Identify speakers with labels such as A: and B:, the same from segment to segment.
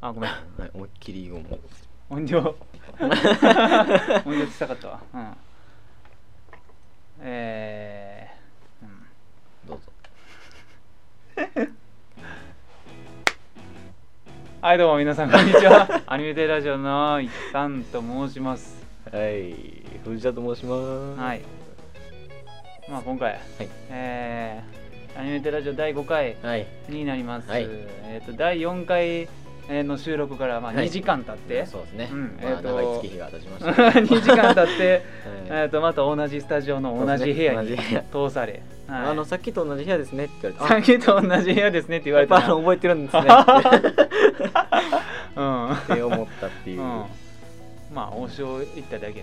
A: あごめん
B: はい、思いっきり 言おうもん
A: 音量音量小さかったわうんえーうん
B: どうぞ
A: はいどうも皆さんこんにち はアニメテラジオの一さんと申します
B: はい藤田と申します
A: はいまあ今回、
B: はい
A: えーアニメテラジオ第5回
B: はい
A: になります、
B: はい
A: えっ、と第4回えーの収録からまあ
B: はい
A: 2時間経って、
B: そうですね、
A: うん
B: まあ
A: えーと
B: 長い月日が経ちま したけ
A: 2
B: ど
A: 時間経って、
B: は
A: え
B: い
A: っとまた同じスタジオの同じ部屋
B: 同
A: に
B: じ部屋
A: 通され、はい
B: あのさっきと同じ部屋ですねって言われて
A: さっきと同じ部屋ですねって言わ
B: あや
A: れ
B: っぱ
A: た
B: あの
A: な
B: 覚えてる んですねっ
A: うん、うん、
B: て思ったっていう、
A: まあ王将行っただけだけど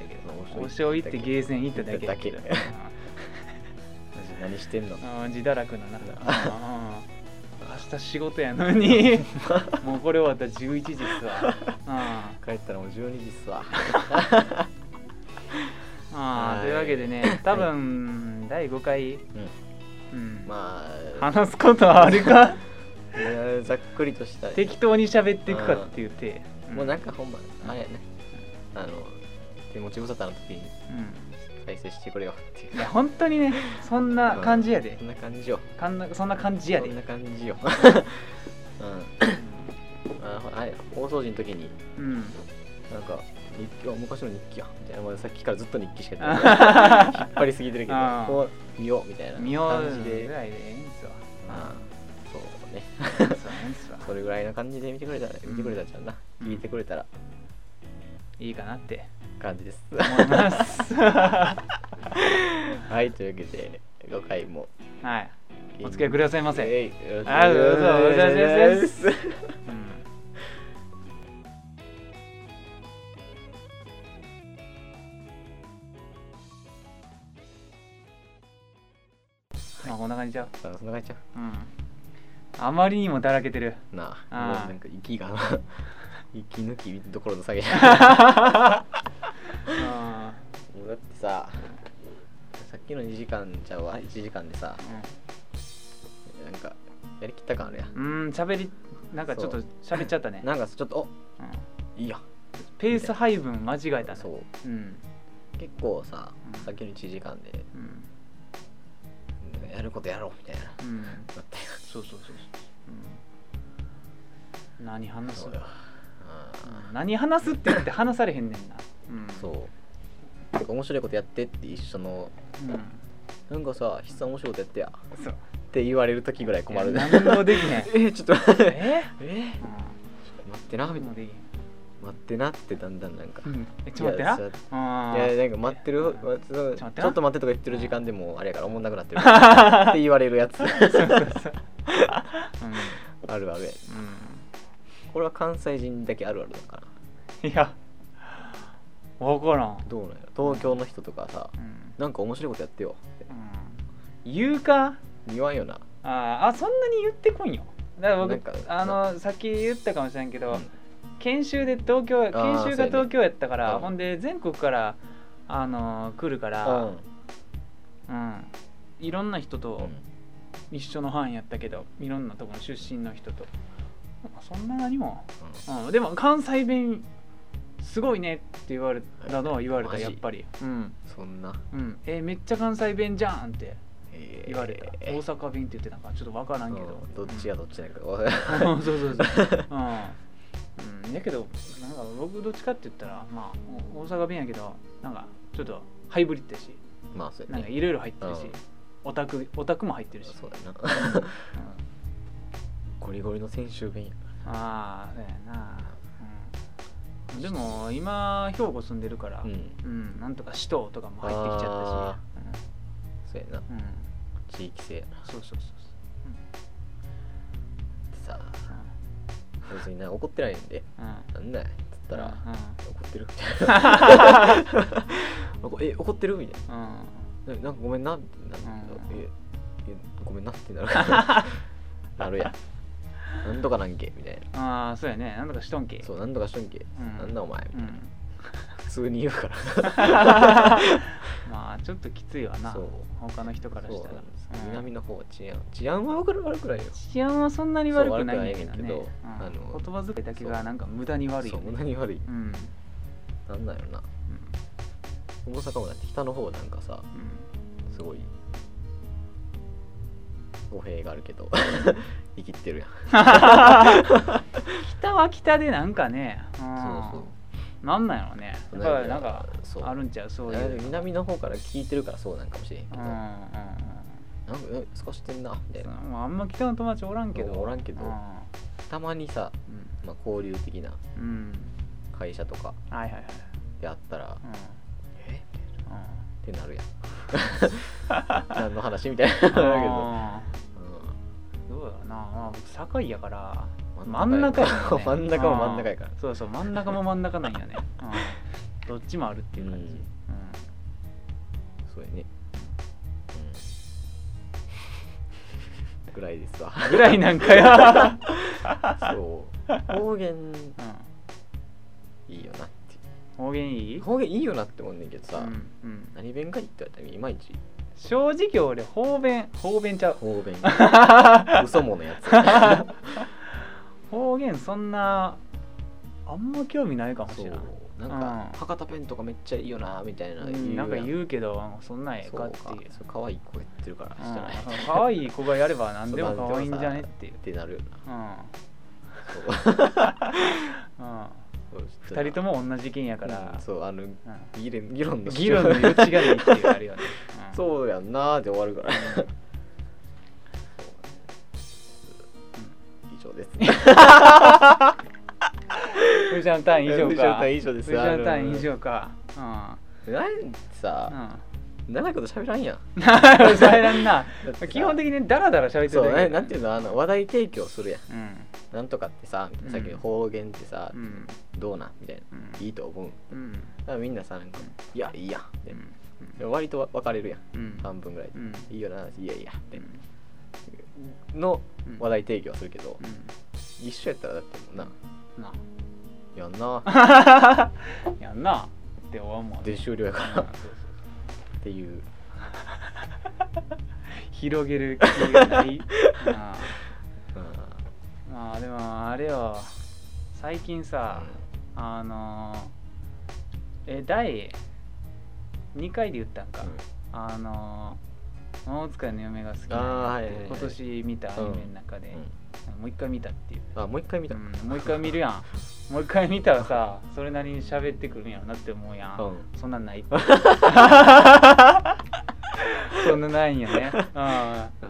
B: 王
A: 王
B: 将
A: 将
B: 行
A: 行
B: っ
A: った
B: だけ
A: てゲーセン行っただけだけど
B: 行っただ何してんの
A: うん自堕落ななうん明日仕事やの にもうこれ終わったら11時っすわうん
B: 帰ったらもう12時っすわ
A: ああ
B: はい
A: というわけでね多分第5回、うん
B: まあ
A: 話すことはある か
B: いやざっくりとした
A: 適当に喋っていくかって言って、う
B: もうなん
A: か、
B: かほんまあれやねあの手持ち無沙汰の時に
A: う
B: 再生してくれよってい
A: ん、いうや本当にねそんな感じやで
B: そんな感じよ
A: かんなそんな感じやで、
B: そんな感 じようんあほあれ大掃除の時に
A: うん
B: なんか日記は昔の日記やみたいなもうさっきからずっと日記し かやってない引
A: あ
B: っ張りすぎてるけど
A: あー
B: こう見ようみたいな
A: ー見よう
B: 感じで
A: ぐらいでええんすわ。
B: あーそうね
A: ええんすわええんすわ
B: それぐらいの感じで見てくれたら見てくれたじゃんな
A: うん
B: 聞いてくれたら
A: いいかなって
B: 感じ です
A: 思います。は
B: はいというわけで5回も
A: い。お付き合いくださいませ。
B: えいよろしく
A: ありがとうございます
B: す。
A: うんまあこんな感じじゃう。
B: さあそんな感じちゃ
A: うん。あまりにもだらけて る。
B: うなあ
A: あー
B: もうなんか息が息抜きどころの下げ
A: うん。
B: もうだってささっきの2時間ちゃうわ1時間でさなんかやりきった感あるやん
A: うん、喋り、なんかちょっと喋っちゃったね。
B: なんかちょっ
A: う
B: と
A: ん
B: おいいや
A: ペース配分間違えたね。
B: そう
A: うん。
B: 結構さ
A: うん
B: さっきの1時間で
A: うん。
B: うんやることやろうみたいな
A: うん。
B: なったよ
A: そうそうそうそう。うん、何話す
B: そうよあ
A: うん何話すって言って話されへんねんな。うん
B: ー。そうなんか面白いことやってって一緒の
A: うん。
B: なんかさ筆算面白いことやってや
A: そう。
B: って言われる時ぐらい困る。
A: いや何もできへん
B: えちょっと待って
A: え
B: え待ってな
A: うん。
B: み
A: 何もで
B: たいな
A: き
B: 待ってなってだんだんなんか、
A: へん。う
B: い
A: ん。えちょっと待ってな。あ
B: いやや
A: ー
B: なんか待ってる
A: うん
B: 待つのち
A: ちょ
B: ょっ
A: っと待ってな
B: と待ってとか言ってる時間でもあれやから思んなくなっ てるって言われるやつ
A: そうそうそう。
B: あるあ
A: うん。
B: るやこれは関西人だけあるあるだから
A: うん。いや。わからん。
B: どうなんやろ東京の人とかさ
A: うん。
B: なんか面白いことやってよって
A: うん。言うか。
B: 言わんよな
A: あーあそんなに言ってこんよだから
B: なん
A: 僕
B: か
A: あのさっき言ったかもしれんけど、
B: うん
A: 研修で東京研
B: ー
A: 修が東京やったか
B: そうや
A: ら、
B: ね
A: ほんで全国からあのー来るか
B: う
A: ら、うんいろんな人と一緒の班やったけど、いろんなところの出身の人となんかそんな何も、うん、でも関西弁すごいねって言われたのは言われ
B: マ
A: た
B: ジ
A: やっぱりうん、
B: そんな
A: うん、えめっちゃ関西弁じゃんって
B: えー
A: 言われた、大阪弁って言ってたんかちょっとわからんけど、
B: うんどっちが
A: うん
B: どっ ちなんかう ん
A: そうそう そう。うん。うん、だけど、なんか僕どっちかって言ったら、まあ、お大阪弁やけど、なんかちょっとハイブリッドやし、
B: まあそうや
A: なん
B: ね
A: かいろいろ入ってるし
B: うん、
A: オタク、オタクも入ってるし。
B: そう
A: う
B: や
A: ん
B: なゴリゴリの選手弁や
A: ああ、そうやな。うん、でも、今、兵庫住んでるから、
B: う
A: うん、
B: ん
A: なんとか首都とかも入ってきちゃったし。
B: そうやな
A: うん、うん、
B: 地域性やな
A: そうそうそうそ
B: さ
A: う。
B: 別にな怒ってないんで
A: うん、うん
B: なんだよっつったら、
A: う
B: 怒ってるみたいななんかえ怒ってるみたい
A: ん、うん、
B: なななんかごめんなってなるけど、
A: うん
B: ええごめんなってなるからなるやんなんとかなんけみたいな
A: ああ、そうやね、なんとかしとんけ。
B: そうなんとかしとんけ、
A: うん
B: なんだお前みたいな、
A: うん、
B: 通に言うから
A: まあちょっときついわな
B: そう
A: 他の人から
B: そ
A: し
B: う
A: たら
B: なんです
A: うん
B: 南の方は治安治安は悪く悪くないよ
A: 治安はそんなに悪くないんだけどね
B: そう悪く
A: うん
B: ないんだけどあの
A: 言葉遣いだけがなんか無駄に悪い
B: そ
A: よ
B: う
A: ね
B: 何悪い
A: うんうん
B: なんなんやろな大阪もだって北の方なんかさすごい語弊があるけど 生きってるやん
A: 北は北でなんかねうん
B: そう
A: なんなんやろね
B: そ
A: や
B: う
A: っぱりなんか
B: そう
A: あるんちゃうそうい
B: あ
A: う
B: れ南の方から聞いてるからそうなんかもしれんけ
A: う
B: ど、
A: んうん
B: なんか
A: うん
B: うん少してんなみたい
A: そ
B: な
A: のもうあんま北の友達おらんけど
B: おらんけど
A: う
B: たまにさ、
A: うん
B: まあ、交流的な
A: うん
B: 会社とか
A: はいはいはい
B: であったらえ
A: うん うん
B: ってな るやん何の話みたい ななるけど、
A: あーどうだろうな、まあ、僕堺やから
B: うん
A: 真ん中やもんね
B: 真ん中も真ん中やから
A: うんそうそう真ん中も真ん中なんやね、うんどっちもあるっていう感じ、
B: うんそうやね、うん、ぐらいです わ
A: うんぐらいなんかや、
B: そう方言
A: う
B: いいよなってい
A: ん、方言いいう
B: 方言いいよなって思うんだけどさ、
A: うんうん、
B: 何弁がいいって言われたらいまいち
A: 正直俺方便方便ちゃう
B: 方便嘘ものやつ
A: 方言そんなあんま興味ないかもし
B: そう
A: れない
B: なん
A: うん
B: か博多弁とかめっちゃいいよなみたいな
A: うんなんか
B: う
A: 言うけどそんなん
B: や
A: え
B: ん
A: えかっ
B: そう
A: ていう
B: そう可愛い子言ってるから
A: う
B: してない
A: ん可愛い子がやれば何でも可愛いんじゃねっていう
B: っ、てなるよ
A: う
B: な
A: んうん、
B: そう
A: 2人と
B: も
A: も同じ意見やから、
B: そうあの
A: うん
B: 議論議論の
A: 議論の余地がないっていうのあるよね、うん
B: そうやんなーで終わるから以上です
A: 藤ちゃん単位以上
B: 藤
A: か
B: 田以上です
A: 藤ちゃん単位以上かう
B: なんさ長いこと喋らんやん
A: んうんそれなんな
B: だってさ
A: 基本的にダラダラ喋って
B: そう
A: る
B: ねなんて
A: い
B: いうのあの話題提供するやん
A: うん
B: なんとかってさみたいなさっき
A: うん
B: の方言ってさ
A: うん
B: どうなんみたいな
A: うん
B: いいと思う
A: うん
B: だからみんなさなんかいやいいやんって
A: うん
B: で割とわ分かれるや
A: う
B: ん
A: ん
B: 半分ぐらい
A: う
B: で
A: ん
B: いいよないやいやって
A: うん
B: の
A: うん
B: 話題提供はするけど
A: う
B: 一緒やったらだってもうなん
A: な
B: やんな
A: やんなって思うもんね
B: で終了や
A: う
B: か
A: ん
B: ら
A: そ
B: っ
A: うそうそう
B: ていう
A: 広げる気がないうん
B: うん
A: まあでもあれよ最近さ、 あのーえ第2回で言ったんか、あのー魔法使いの嫁が好きな
B: あーはいはいはい
A: 今年見たアニメの中で、もう一回見たっていう、
B: あもう一回見たうん
A: うんもう一回見るやんもう一回見たらさそれなりに喋ってくるんやろなって思うやん、そんなん ないそんなないんやね、うん
B: あー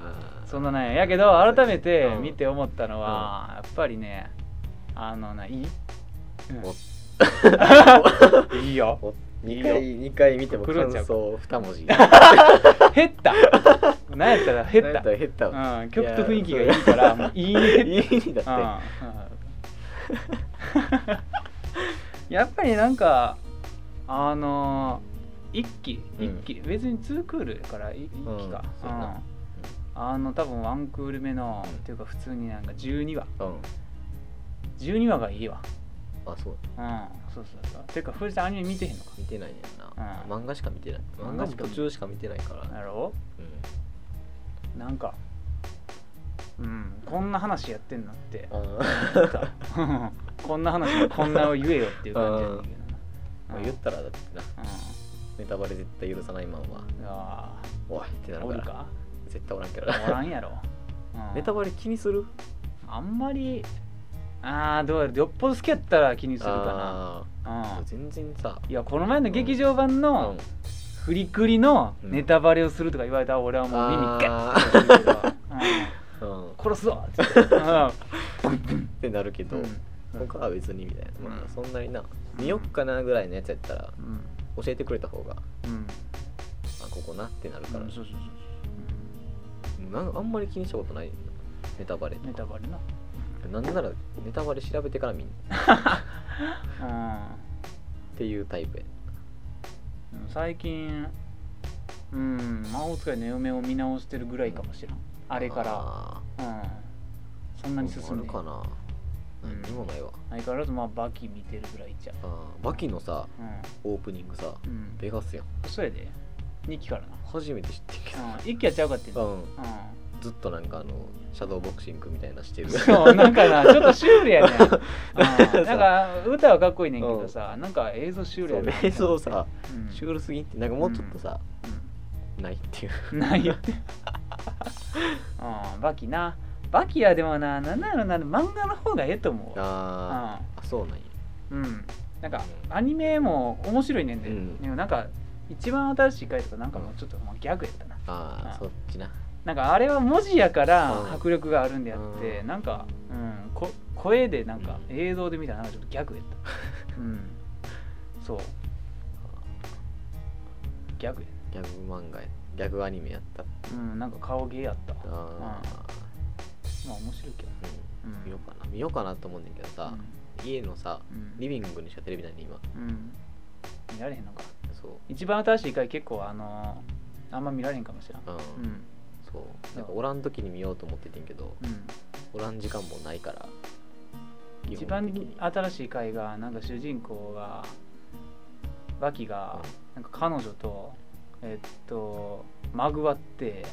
A: そんなないやけど改めて見て思ったのは、やっぱりねあのないい、うん いいよ
B: お
A: いい
B: 二
A: よ
B: 回二回見ても
A: 狂っ
B: 感
A: ちゃう
B: 想二 文字
A: 減ったなんやったら減っ
B: なんや
A: た
B: たら減ったわ
A: うん、曲と雰囲気がいいからもういいね減っ
B: いいん
A: た
B: だっ
A: うん うんやっぱりなんかあの一期
B: うん
A: 一期、別にツークールやからい一期か、
B: うんそうやな
A: うんあの多分ワンクール目の、っていうか普通になんか12話
B: てうん
A: 12話がいいわ
B: あそう
A: うんそうそうそうてか藤田アニメ見てへんのか
B: 見てないねんな
A: う
B: 漫画しか見てない漫
A: 漫
B: 画
A: 画
B: も
A: しか
B: 途中しか見てないから
A: やろ
B: うん
A: なんかうんこんな話やってんのって
B: あ ー
A: こんな話もこんなを言えよっていう感じやねんけどな
B: ま
A: う
B: あ
A: ん
B: 言ったらだってな
A: う
B: ネタバレ絶対許さないまんは
A: んうわ
B: おいってな
A: ー
B: る
A: お
B: か
A: る
B: ら
A: か
B: 絶対おらんけど
A: おら
B: な
A: んや ろ、うん
B: ネタバレ気にする
A: あんまりああどうやろよっぽど好きやったら気にするか
B: あ
A: な
B: ー
A: うん
B: 全然さ
A: いやこの前の劇場版
B: う
A: の
B: ん
A: フリクリのネタバレをするとか言われたら俺はもう耳ガッてするけど、 う
B: うんっ
A: ん、殺すぞ って言って、うん
B: てなるけど
A: うん
B: 僕は別にみたいなま
A: う
B: あ
A: ん
B: そんなにな見よっかなぐらいのやつやったら
A: うん
B: 教えてくれた方が
A: うん
B: あここなってなるか
A: そ
B: ら
A: うそうそう
B: なんあんまり気にしたことないネタバレ
A: うんネタバレな
B: なんならネタバレ調べてから見んっ
A: う
B: ていうタイプや
A: ん最近うん魔法使いの嫁を見直してるぐらいかもしれんあれから
B: あ
A: うんそんなに進
B: ー
A: ん
B: る
A: で
B: かな何にもないわ、
A: 相変わらずまあバキ見てるぐらいじゃん
B: あーバキのさ
A: う
B: オープニングさ
A: ん、うん、
B: ベガスやん
A: そうやで2期から
B: 初めて知ってんけ
A: な、うん、1期はちゃうかってん
B: ど、
A: の
B: うん、
A: う
B: ずっとなんかあのシャドーボクシングみたいなしてる
A: ん そうなんかなちょっとシュールやね
B: そう
A: うんなんか歌はかっこいいねんけどさなんか映像シュールやね
B: 映像さ
A: うん
B: シュールすぎんってなんかもうちょっとさ、ないっていう
A: うんないよ ってうんバキなバキはでもななんならな漫画の方がええと思うわ
B: あ
A: うん
B: ーあそうなんや
A: うん、なんかアニメも面白いねんで、
B: うん
A: でもなんか一番新しい回とかなんかもうちょっともうギャグやったな
B: あ
A: あ
B: あそっちな
A: なんかあれは文字やから
B: うん
A: 迫力があるんであって、
B: うん
A: なんか、うん、こ声でなんか
B: うん
A: 映像で見たらなんかちょっとギャグや った、うん、そうギャグや、
B: ギャグ漫画やギャグアニメやった
A: うん、なんか顔芸やったま
B: あ
A: あ面白いけど
B: ー、
A: うん
B: うん、見ようかな見ようかなと思うんだけどさ、家のさ
A: うん
B: リビングにしかテレビないね今
A: うん、うん、見られへんのか
B: そう
A: 一番新しい回結構あのーあんま見られへんかもしれん
B: うん、
A: うん
B: そうなんかおらん時に見ようと思っててんけど
A: うん
B: おらん時間もないから基
A: 一
B: 本
A: 番
B: 的に
A: 新しい回がなんか主人公がバキがなんか彼女とえっとまぐわ って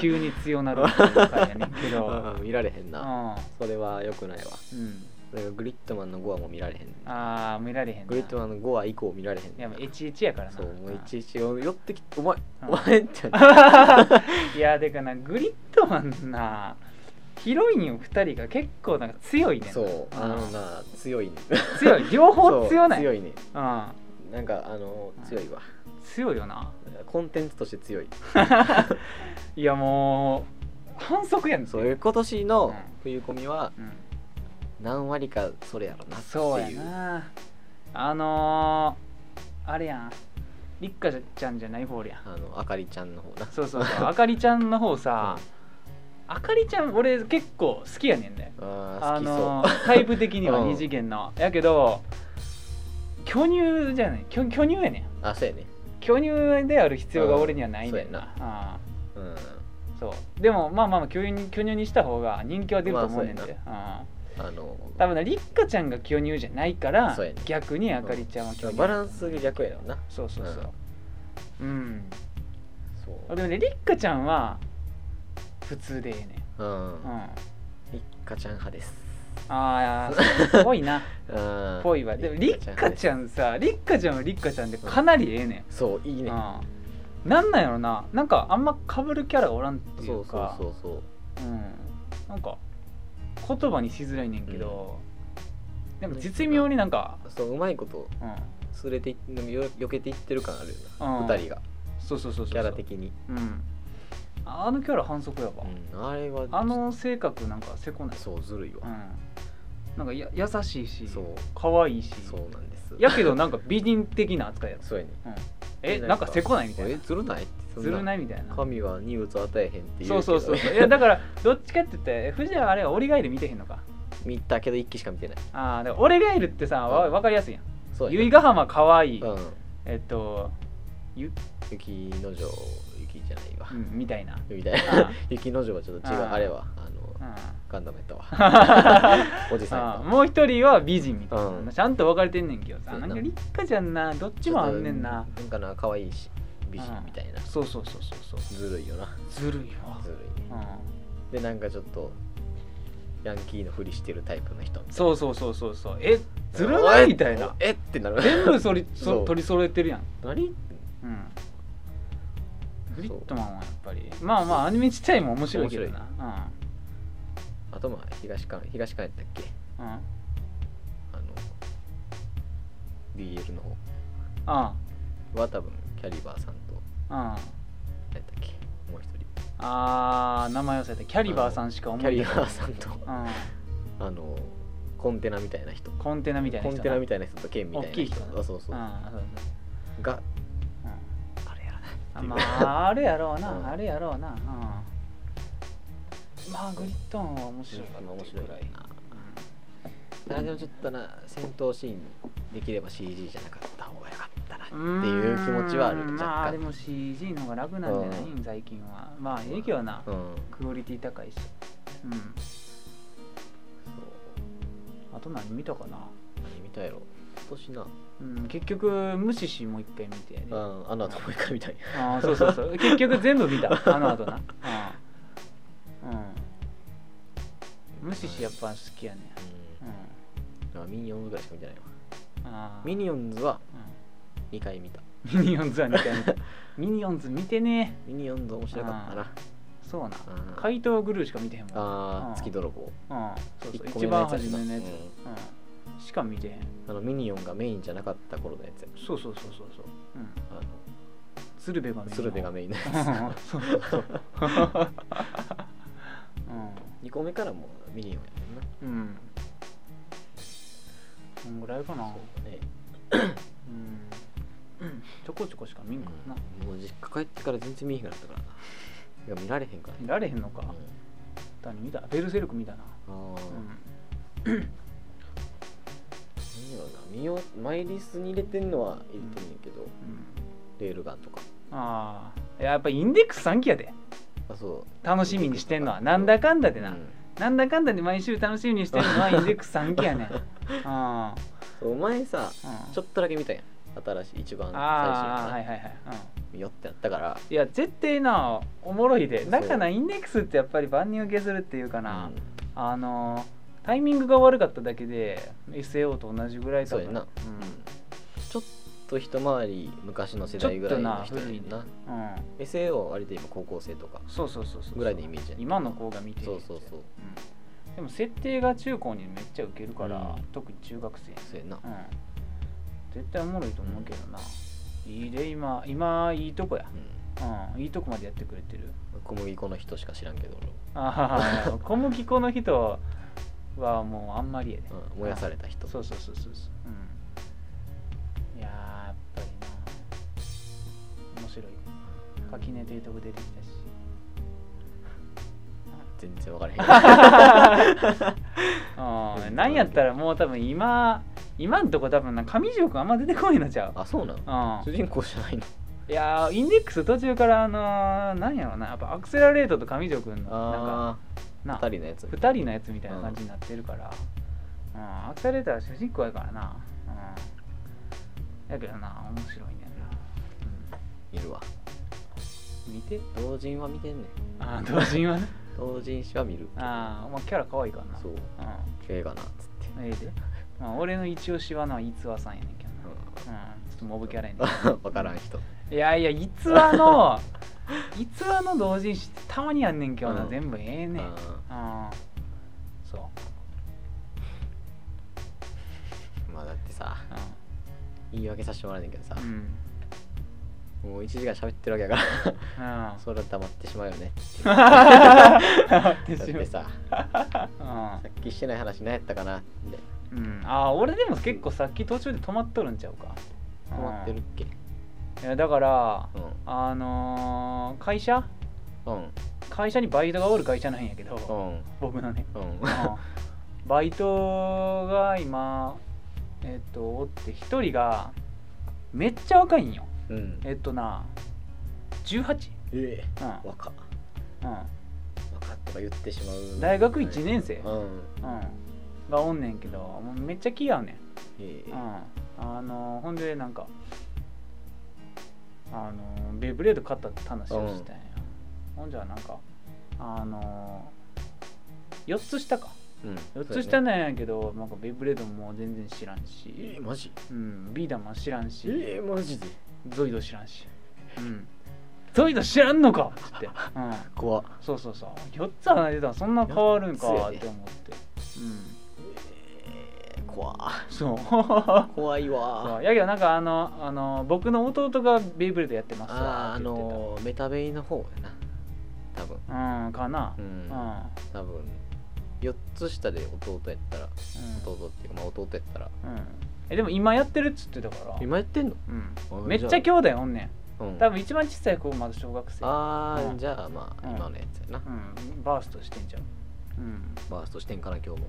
A: 急に強なるっていう回やねんけ
B: う
A: ど
B: ん見られへん
A: う
B: な、
A: ん、
B: それは良くないわ
A: うん、
B: だからグリットマンの5話も見られへん
A: ああ見られへんな
B: グリットマンの5話以降見られへん
A: いやもうエチエチやからな
B: そうもういちいち寄ってきてお前
A: うん
B: お 前ってなって
A: うんいやでかなグリットマンなヒロイン2人が結構なんか強いねんな
B: そうあの
A: ん
B: な強いね
A: 強い両方強ない
B: そう強いね
A: うん、
B: なんかあの
A: うん
B: 強いわ
A: 強いよな
B: コンテンツとして強い
A: いやもう反則やん
B: そういう今年の
A: うん
B: 冬コミは
A: うん、
B: 何割かそれやろなって
A: そうや
B: いう
A: なあのー、あれやんりっかちゃんじゃない方やん
B: あのあかりちゃんの方な
A: そうそう そうあかりちゃんの方さ、あかりちゃん俺結構好きやねんね
B: あー
A: あ
B: 好きそう、
A: のー、タイプ的には
B: うん
A: 二次元の、やけど巨乳じゃない巨巨乳やねん
B: あそうやね
A: 巨乳である必要が俺にはないねんな、
B: うん
A: あ
B: うん
A: ーそうでもまあまあまあ巨乳に巨乳にした方が人気は出ると思うねんで、
B: まあそう
A: うん
B: あの
A: 多分なりっかちゃんが巨乳じゃないから、
B: そうやね
A: 逆にあかりちゃんは巨乳
B: バランスが逆やろな
A: そうそうそううん、
B: そう
A: あでもねりっかちゃんは普通でええね
B: うん
A: ん、うん、あ
B: りっかちゃん派です
A: あ ーぽいな
B: うん
A: ぽいわでもりっかち
B: ゃん派
A: ゃんさりっかちゃんはりっかちゃんでかなりええね
B: ですそういい
A: ん、
B: ね
A: うん、なんなんやろななんかあんまかぶるキャラがおらんってい
B: そううそう
A: か
B: そうそう
A: うんなんか言葉にしづらいねんけど、なんか絶妙になんか、
B: そううまいこと
A: うん、
B: すれていっよ避けていってる感あるよな、
A: うん
B: 二人が
A: そうそうそうそうそう
B: キャラ的に
A: うんあのキャラ反則やわ、
B: うん、あれは
A: あの性格なんかせこない
B: そうずるいわ
A: う、ん、なんかや優しいし
B: そう
A: 可愛いし
B: そうなんです
A: やけどなんか美人的な扱いやつ
B: そうやね
A: えなんかせこないみたい
B: え
A: な
B: ずるないってそん
A: ずるないいみたいな
B: 神は荷物与えへんっていうけ
A: そ
B: ど
A: うそうそうそういやだからどっちかって言って藤はあれは俺ガイル見てへんのか
B: 見たけど一気しか見てない
A: ああだから俺ガイルってさわ
B: うん
A: わかりやすいやん
B: そう
A: 由比ヶ
B: や
A: 浜可愛い
B: なうん
A: えっとゆ、
B: 雪の城雪じゃないわ
A: う、ん、みたいな
B: みたい
A: あ
B: な雪の城はちょっと違う
A: あ
B: あ
A: ー
B: れはあ の
A: うん
B: ガンダムやったわ おじさんや
A: ああ
B: ったわ
A: もう一人は美人みたいな、
B: うん
A: ちゃんと分かれてんねんけど
B: そ
A: さ
B: う
A: な
B: や
A: ん
B: な
A: か立花ちゃんなどっちもあんねんな
B: ちょっとなんかな可愛いし美人みたいな
A: そうそうそうそうそう
B: ずるいよな
A: ずるいわ、
B: ずるいね
A: う
B: でなんかちょっとヤンキーのふりしてるタイプの人
A: ん、そうそうそうそうそうえずるないみたいな
B: えってなる
A: 全部そりそ
B: そう
A: 取り揃えてるやん
B: 何
A: うんグリットマンはやっぱりまあまあアニメ自体も面白いけどな
B: あとまあ東館東館やったっけ
A: うん、うん、あ
B: あの BL の
A: あ
B: 方は多分キャリバーさんと
A: あ
B: 誰やったっけもう一人
A: あー名前忘れたキャリバーさんしか思
B: キャ
A: い
B: リ
A: 出ない
B: バーさんと
A: う
B: あのコンテナみたいな人
A: ん、コンテナみたいな
B: コ
A: 人
B: ンテナみ
A: た
B: たいな人と剣みたいな
A: 大きい人な
B: あそ
A: う
B: うそう、
A: んそうそう
B: が
A: うん
B: あれやらない
A: あまああるやろうな、
B: うん
A: あるやろうな、うん、まあグリットンは面白いかな
B: 面白い
A: くらい、
B: なあでもちょっとな戦闘シーンできれば CG じゃなかった方がよかったなって
A: うん
B: いう気持ちはある
A: うーん
B: 若干
A: まあでも CG の方が楽なんじゃない、
B: う
A: 最近はまあええけどな、
B: うん
A: クオリティ高いしうん
B: そう
A: と何見たかな、
B: 何見たやろ今年な
A: うん、結局無視しもう一回見て、ね、あ
B: うんあの後もう一回見たい
A: あそうそう そう結局全部見たあの後なあうん無視しやっぱ好きやね
B: う
A: うんん
B: あミニオンズぐらいしか見てないわ
A: あー
B: ミニオンズは2回見た
A: うんミニオンズは2回 見たミニオンズ見てね
B: ミニオンズ面白かったな
A: そうな
B: うん
A: 怪盗グルーしか見てへんもん
B: あ
A: うん
B: ー月泥棒
A: うんそうそう
B: 一個
A: 一
B: 目の
A: 番
B: やつや
A: 初めのやつ、
B: う
A: うん、しか見てへん
B: あのミニオンがメインじゃなかった頃のやつや
A: そうそうそうそうそう、うん、
B: あの
A: 鶴瓶が見
B: 鶴瓶がメインのや
A: うん
B: つ
A: そうそうそう。
B: 2個目からもうミニオンやもんな
A: うん。うん。こんぐらいかな。う
B: そうだね
A: ん。ちょこちょこしか見んかな。
B: もう実家帰ってから全然見えへんくなったからないや見られへんから
A: 見られへんのか。
B: うん
A: 何見たベルセルク見たな。
B: あ
A: う
B: ー何やろな見ようマイリストに入れてんのは入れてんねんけど
A: ん。うん、
B: レールガンとか
A: ああ。やっぱインデックス3期やで。
B: あそう
A: 楽しみにしてんのは。なんだかんだでな。
B: うん
A: なんだかんだで毎週楽しみにしてんのはインデックス3期や ねん。あ
B: そうお前さ
A: あ。
B: ちょっとだけ見たやん新しい一番最
A: ああ、は
B: 新
A: いはいはい。うん
B: 見よってやったから
A: いや絶対なおもろいで
B: そう
A: だからインデックスってやっぱり万人受けするっていうかな、
B: うん
A: あのタイミングが悪かっただけで SAO と同じぐらい多
B: そう
A: 分
B: やな
A: うん
B: ちょっと一回り昔の世代ぐらいの人やねんな
A: うん、
B: SAO 割と今高校生とか
A: そうそうそうそう
B: ぐらいのイメージやねん
A: 今の子が見てる
B: そうそうそう
A: うんでも設定が中高にめっちゃ受けるから、
B: うん
A: 特に中学生に
B: そうやな
A: うん絶対おもろいと思うけどな、いいで今今いいとこや、
B: うん
A: うん、いいとこまでやってくれてる
B: 小麦粉の人しか知らんけど
A: あ あ小麦粉の人はもうあんまりやで、
B: 俺うん燃やされた人
A: そうそうそうそうそう、うん、いやーやっぱりな面白い垣根提督出てきたし
B: 全然分か らへん
A: うんなんやったらもう多分今今んとこ多分な上条くんあんま出てこないのちゃう
B: あそうなの
A: う
B: 主人公じゃないの
A: ん、いやーインデックス途中からあのー、なんやろなやっぱアクセラレートと上条くんのなんか
B: あ
A: な
B: あ2人のやつ
A: 2人のやつみたいな感じになってるから、うんアクセレーターは主人公やからな、うん、やけどな面白いねんな、
B: いるわ
A: うん、見て
B: 同人は見てんねん
A: ああ同人はね
B: 同人誌は見る
A: ああお前キャラ可愛いからな
B: そう
A: う
B: 映画なっつって
A: んええで、まあ、俺の一押しはな逸話さんやねんけど
B: うん
A: な、うん、ちょっとモブキャラや ねんけど
B: 分からん人
A: いやいや逸話 の逸話の同人誌ってたまにやんねんけどな、
B: うん
A: 全部ええねん
B: あ
A: う
B: ー
A: んそう、
B: まあだってさ
A: う
B: 言い訳させてもらうねんけどさ
A: んうん
B: もう1時間喋ってるわけやから
A: うん
B: それは黙ってしまうよね
A: で
B: だ
A: し
B: っ
A: てょ
B: ささっきしてない話何やったかなって
A: うん、うん、あー俺でも結構さっき途中で止まっとるんちゃうか
B: 止まってるっけ
A: いやだから
B: う
A: あのー会社
B: んうん
A: 会社にバイトがおる会社なんやけど、
B: うん
A: 僕のね、
B: うん
A: うん バイトが今えっとおって一人がめっちゃ若いんよ
B: うん
A: えっとな 18?
B: え
A: う
B: え
A: ん
B: 若
A: う
B: 若とか言ってしまう
A: 大学一年生
B: うん
A: んうんがおんねんけどもうめっちゃ気合うねん
B: ええ
A: うん、あのほんでなんかあのベイブレード買ったって話をしたんや、ほんじゃなんかあの4つ下か
B: うん
A: 4つ下
B: ね
A: なんやけど、なんかベイブレードも全然知らんし、
B: マジ
A: うん、ビーダーも知らんし、
B: ええマジで
A: ゾイド知らんし、うん、ゾイド知らんのかっつって、うん、
B: 怖っ
A: そうそうそう4つ離れてたらそんな変わるんか
B: 四つや
A: っ
B: で
A: て思って、うん、
B: ええ怖っ
A: そう
B: 怖いわ
A: そうやけどなんかあのあの僕の弟がベイブレードやってます
B: あー
A: わっ
B: あ
A: て言ってた
B: のーメタベイの方やな多分
A: うんかな
B: う
A: うん
B: ん
A: うん
B: 多分4つ下で弟やったら弟っていうかまあ弟やったら
A: うんえでも今やってるっつってたから
B: 今やってんの
A: うん
B: あ
A: めっちゃ兄弟おんねん
B: うん
A: 多分一番小さい子まだ小学生
B: あー、
A: うん
B: じゃあまあ、
A: うん
B: 今のやつやな、
A: うんバーストしてんじゃんうん
B: バーストしてんかな今日も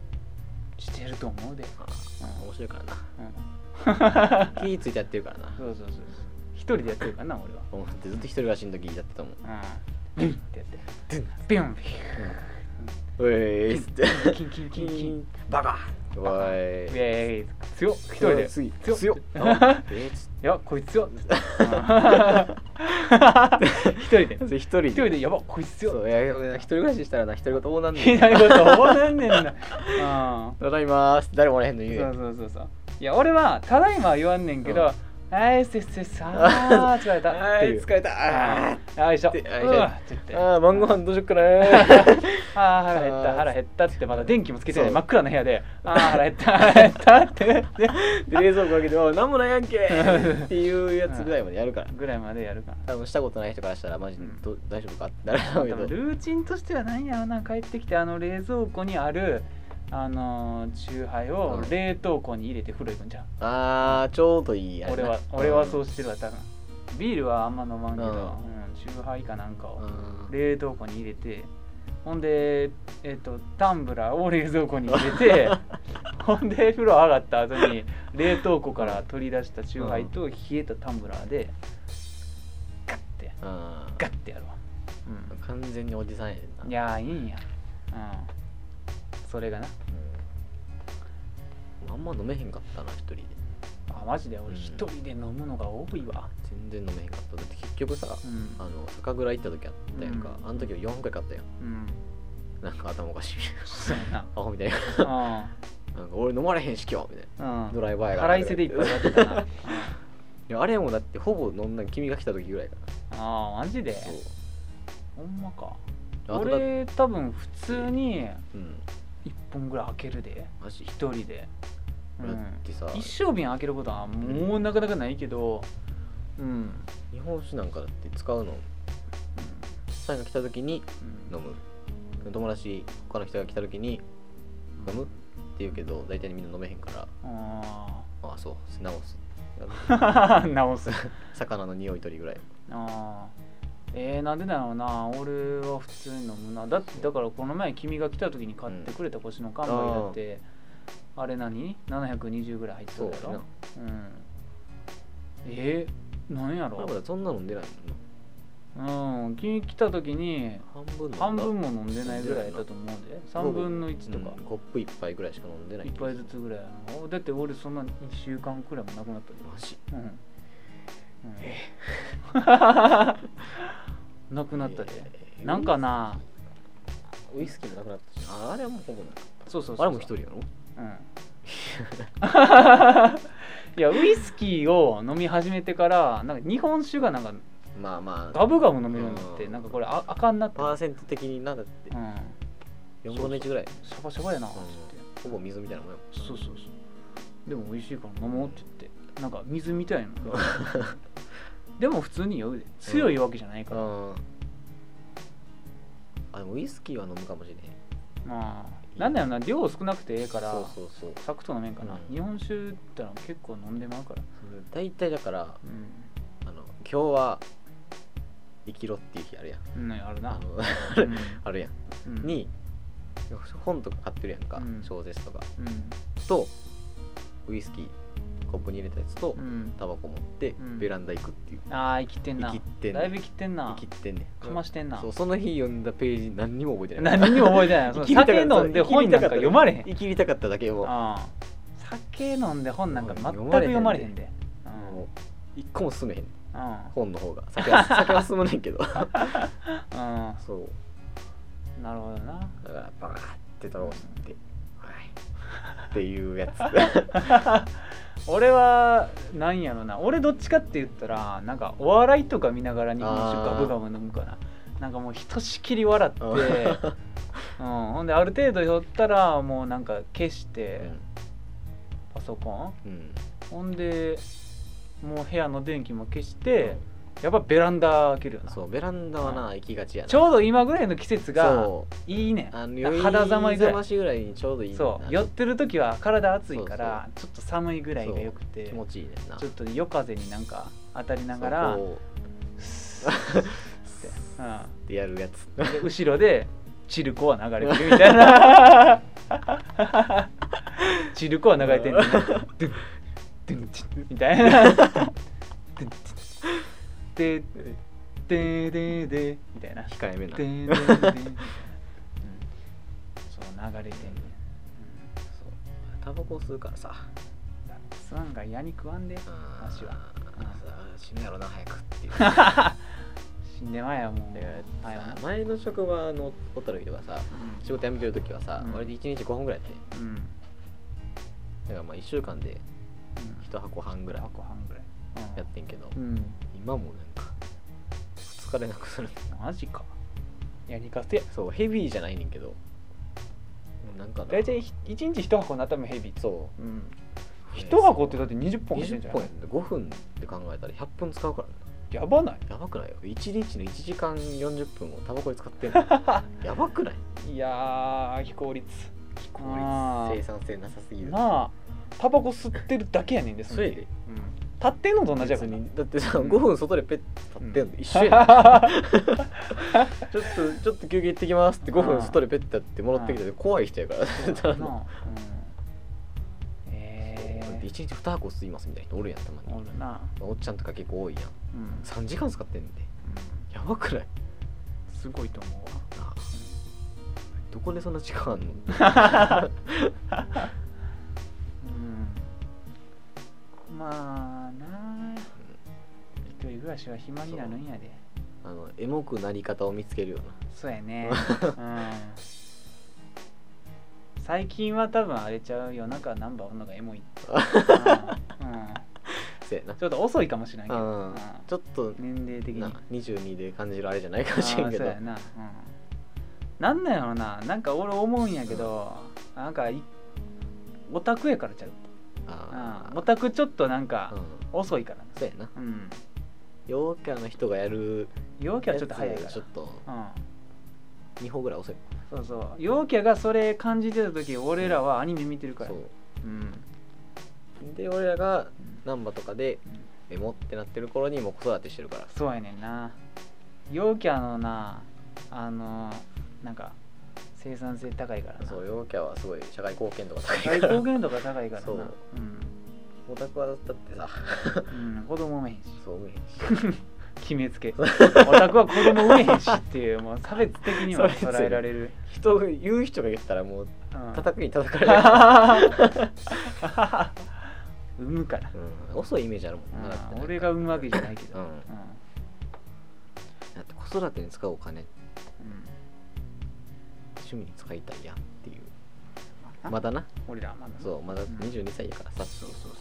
A: してると思うで
B: あー面白いからな
A: うん
B: 気ついてやってるからな
A: そうそうそうそう一人でやってるからな俺は
B: 思ってずっと一人暮らしの時やってたもん
A: うんビュンってやってビュンビュンビュン
B: ウェイっつって
A: キンキンキンキンキン
B: バカウ
A: ウ
B: ェ
A: ェ
B: イ
A: イ強っ一人で
B: 強い
A: 強っ
B: 強っ
A: う
B: え
A: ん
B: ーっつっ
A: いやこいつ強っ 一人で
B: て一人で
A: 一人でやばこいつ強っ
B: そういや一人暮らししたらな独り言多なん
A: い
B: ねん
A: ないこと思わなんねんな
B: ただいまーす誰もおらへんの
A: う
B: 言
A: ん
B: う
A: そ
B: や
A: うんそうそうそういや俺はただいまは言わんねんけ
B: う
A: ど「あいせっせっさあ」疲れた
B: は
A: ってい
B: いう疲れたあ
A: あーよいしょ
B: ってあー
A: うわって言って
B: ーあー晩ご飯どうしよっかな
A: ああ腹減っ
B: あ
A: た
B: ー
A: 腹減ったってまだ電気もつけてない
B: そう
A: 真っ暗な部屋でああ腹減った腹減ったってで
B: で冷蔵庫開けて「おい何もない やんけ!」っていうやつぐらいまでやるから
A: ぐらいまでやるか
B: 多分したことない人からしたらマジでど大丈夫かってな
A: な
B: る
A: 多分
B: けど
A: ルーチンとしては何やろな帰ってきてあの冷蔵庫にあるあのーチューハイを
B: うん
A: 冷凍庫に入れて風呂行くんじゃん
B: あーちょうどいいや
A: 俺は俺はそううしてるわ多分ビールはあんま飲まんけど、う
B: う
A: ん
B: ん
A: チューハイかなんかを
B: ん
A: 冷凍庫に入れてほんで、えっとタンブラーを冷蔵庫に入れ てほんで風呂上がった後に冷凍庫から取り出したチューハイと冷えたタンブラーでガッて
B: うん
A: ガッてやるわ、
B: 完全におじさんやねん
A: う、
B: なん
A: いやーいいんや、うん、それがな
B: うんあんま飲めへんかったな一人で
A: あマジで
B: うん
A: 俺一人で飲むのが多いわ、
B: 全然飲めへんかっただって結局さ
A: うん
B: あの酒蔵行った時あったやんか
A: うん
B: あの時は4回買ったやん
A: うん、
B: なんか頭おかしい
A: そうや
B: アホみたいな
A: な
B: なんか俺飲まれへんし今日みたい
A: うん
B: な
A: う
B: ド
A: ん
B: ライバーやから
A: 腹いせでいっぱいやってた な、うん、
B: いやあれもだってほぼ飲んだん君が来た時ぐらいか
A: あーマジで
B: なそう
A: ほんまか
B: あとだって
A: 俺多分普通に
B: うん
A: 1本ぐらい開けるで
B: マジ
A: 1人で、う
B: だっ
A: ん、
B: てさ
A: 一生瓶開けることはもうなかなかないけどうん、うん
B: 日本酒なんかだって使うのサイが来た時に飲む友達他の人が来た時に飲むって言うけど大体みんな飲めへんから
A: あ
B: ああそう直す
A: ー 直す
B: 魚の匂い取りぐらい
A: あーえー、なんでだろうな俺は普通に飲むなだってだからこの前君が来た時に買ってくれた腰の缶バだって、あれ何 ?720 ぐらい入ってた
B: そう
A: や
B: や
A: ろ
B: な
A: うんえー、なんや
B: 俺ま
A: ろ
B: だそんな飲んでないもん
A: うん君来た時に
B: な半分飲んだ
A: 半分も飲んでないぐらいだと思うで3分の1とか
B: うんコップ一杯ぐらいしか飲んでない
A: 1杯ずつぐらいやなだって俺そんな2週間くらいもなくなったで
B: マジ
A: うん、うん、 なくなったで、
B: えー
A: なんかな
B: ウイスキーもなくなったしああれはもうほぼなかっ
A: そうそうそう
B: たあれも一人やろ
A: うん、い やウイスキーを飲み始めてからなんか日本酒がなんか
B: まあまあ
A: ガブガブ飲めるようになって
B: うん
A: なんかこれああかんなって、う
B: パーセント的になんだって
A: ん、
B: 4分の1ぐらい
A: シャバシャバやなっつっ
B: ほぼ水みたいなもんやもん
A: てそうそうそうでも美味しいから飲もうって言ってなんか水みたいなの がでも普通に酔うで強いわけじゃないから、
B: うんあでもウイスキーは飲むかもしれへ
A: まあなんだよな量少なくてええか
B: ん
A: ら
B: そうそうそう
A: サクッと飲めんかな、
B: うん
A: 日本酒だったら結構飲んでまうから、
B: 大体だから
A: う
B: あの今日は生きろっていう日あるやん
A: ん、ねある
B: あ
A: な、
B: の
A: うん
B: あるやん、
A: うん、
B: に本とか買ってるやんか、
A: うん
B: 小説とか
A: うん
B: とウイスキーコップに入れたやつと、
A: うん、
B: タバコ持って
A: うん
B: ベランダ行くっていう、
A: ああ生きてんな
B: 生きてんね
A: だいぶ生きてんな
B: 生きてんねん
A: かましてんな
B: そうその日読んだページ何にも覚えてない
A: 何にも覚えてないそ の
B: 生きりたか
A: 酒
B: った
A: 飲んで本なんか読まれへん
B: 生きりたかっただけもう
A: ああ酒飲んで本なんか全く
B: 読まれへんで
A: 読まれへんでうん
B: もう一個も進めへん
A: う
B: 本の方が酒 は酒は進まないけど
A: んう
B: そうん
A: なるほどな
B: だからバカってタバコ吸ってはいってい うや つ
A: 俺はなんやろな俺どっちかって言ったらなんかお笑いとか見ながら日本酒ガブガブ飲むかななんかもうひとしきり笑って、うん、ほんである程度酔ったらもうなんか消して、パソコン
B: うんうん
A: ほんでもう部屋の電気も消して、やっぱベランダ開けるよな
B: そうベランダはな行きがちやな
A: ちょうど今ぐらいの季節が
B: そう
A: いいね
B: あ
A: だから
B: の
A: 肌寒いぐ
B: 酔
A: らい
B: しぐらいにちょうどいいねんな
A: そう寄ってる時は体暑いからちょっと寒いぐらいがよくて
B: 気持ちいいねんな
A: ちょっと夜風になんか当たりながら
B: そうこ
A: ス
B: う
A: ーッ
B: ス
A: て
B: ッ
A: うん
B: てやるやつ
A: で後ろでチルコは流れてるみたいなチルコは流れてるみたいなででででみたいな
B: 控えめな
A: でででうん流れてんねん、
B: そうタバコを吸うからさ
A: うん、だってスワンが嫌に食わんで
B: あ
A: わしはうん
B: 死ぬやろな早く っていう
A: 死んでまえよもうは
B: さ
A: よ
B: 前の職場の小樽とかさ仕事辞めてる時はさ、
A: うん
B: 割と1日5本ぐらいやっ
A: う
B: て
A: ん、うん
B: だからまあ1週間で1箱半ぐらい
A: 箱半ぐらい、うん、
B: やってんけど、
A: うん
B: 今もなんか疲れなくする
A: マジかやりかせ
B: そうヘビーじゃないねんけどなんかな
A: 大体ひ一日一箱になったらヘビー
B: そ
A: うん
B: う
A: 一箱ってだって20本走ってんじ
B: 20
A: ゃな
B: 本や
A: い
B: ん5分って考えたら100分使うからな
A: やばない
B: やばくないよ1日の1時間40分をタバコで使って んのやばくない
A: いやー非効率非
B: 効率生産性なさすぎる
A: なあタバコ吸ってるだけやねんで
B: そうやで
A: その時うん、立ってんのと同じや
B: 別
A: から
B: にだってさ
A: うん
B: 5分外でペッ立ってんの、
A: うん
B: 一緒やん ちょっとちょっと休憩行ってきますって5
A: あ
B: 分
A: あ
B: 外でペッて立ってもらってきたら怖い人やから
A: そう
B: た
A: だ
B: だ
A: な
B: の
A: あ、うん、え
B: だって
A: ー、
B: 1日2箱吸いますみたいな人おるやんたまに
A: おるな、
B: おっちゃんとか結構多いやん
A: うんうん、
B: 3時間使ってんねんでやばくない
A: すごいと思うわ
B: なあどこでそんな時間あんの
A: うんまあなあ一人暮らしは暇になるんやで
B: あのエモくなり方を見つけるよう
A: そうやね、うん、最近は多分あれちゃう夜中ナンバーおんのがエモいって、うんうん
B: なせやな
A: ちょっと遅いかもしれんけど、
B: うん
A: うん
B: ちょっと
A: 年齢的に
B: な22で感じるあれじゃないか
A: あ
B: もしれん
A: ー
B: け
A: そう
B: ど
A: やな、うん、なんなんやろななんか俺思うんやけど、なんかいオタクやからちゃう、
B: あ
A: うん、
B: ー
A: オタクちょっとなん
B: う
A: か
B: ん
A: 遅いからな
B: そうやな
A: うん
B: 陽キャの人がやる
A: 陽キャはちょっと早い
B: や
A: か
B: つちょっと
A: らうん
B: 2歩ぐらい遅い
A: そうそう陽キャがそれ感じてた時俺らはアニメ見てるから
B: そう
A: うん
B: で俺らが
A: うん
B: 難波とかでエモってなってる頃にもう子育てしてるから
A: そうやねんな陽キャのなあのなんか生産性高いからな
B: そう陽キャはすごい社会貢献度が高い
A: 最
B: か
A: 高
B: ら
A: 限度が高いからな
B: そうオタクはだってさ
A: うん、うん、子供もへんし
B: そうめへんし
A: 決めつけオタクは子供産めへんしっていうもう差別的にも
B: 差別
A: 捉えられる、
B: 人言う人が言ったらも
A: う
B: う
A: ん、
B: 叩くに叩か れる、
A: 産むから、
B: うん、遅いイメージあるもんなだって
A: う
B: なん
A: ん、
B: か
A: 俺が産むわけじゃないけ
B: う
A: ど、
B: ん
A: うん
B: だって子育てに使うお金
A: うん
B: 趣味に使いたいやんっていう
A: あ
B: まだな
A: 俺らはまだ
B: そうまだ
A: うん
B: 22歳やからさ、そうそう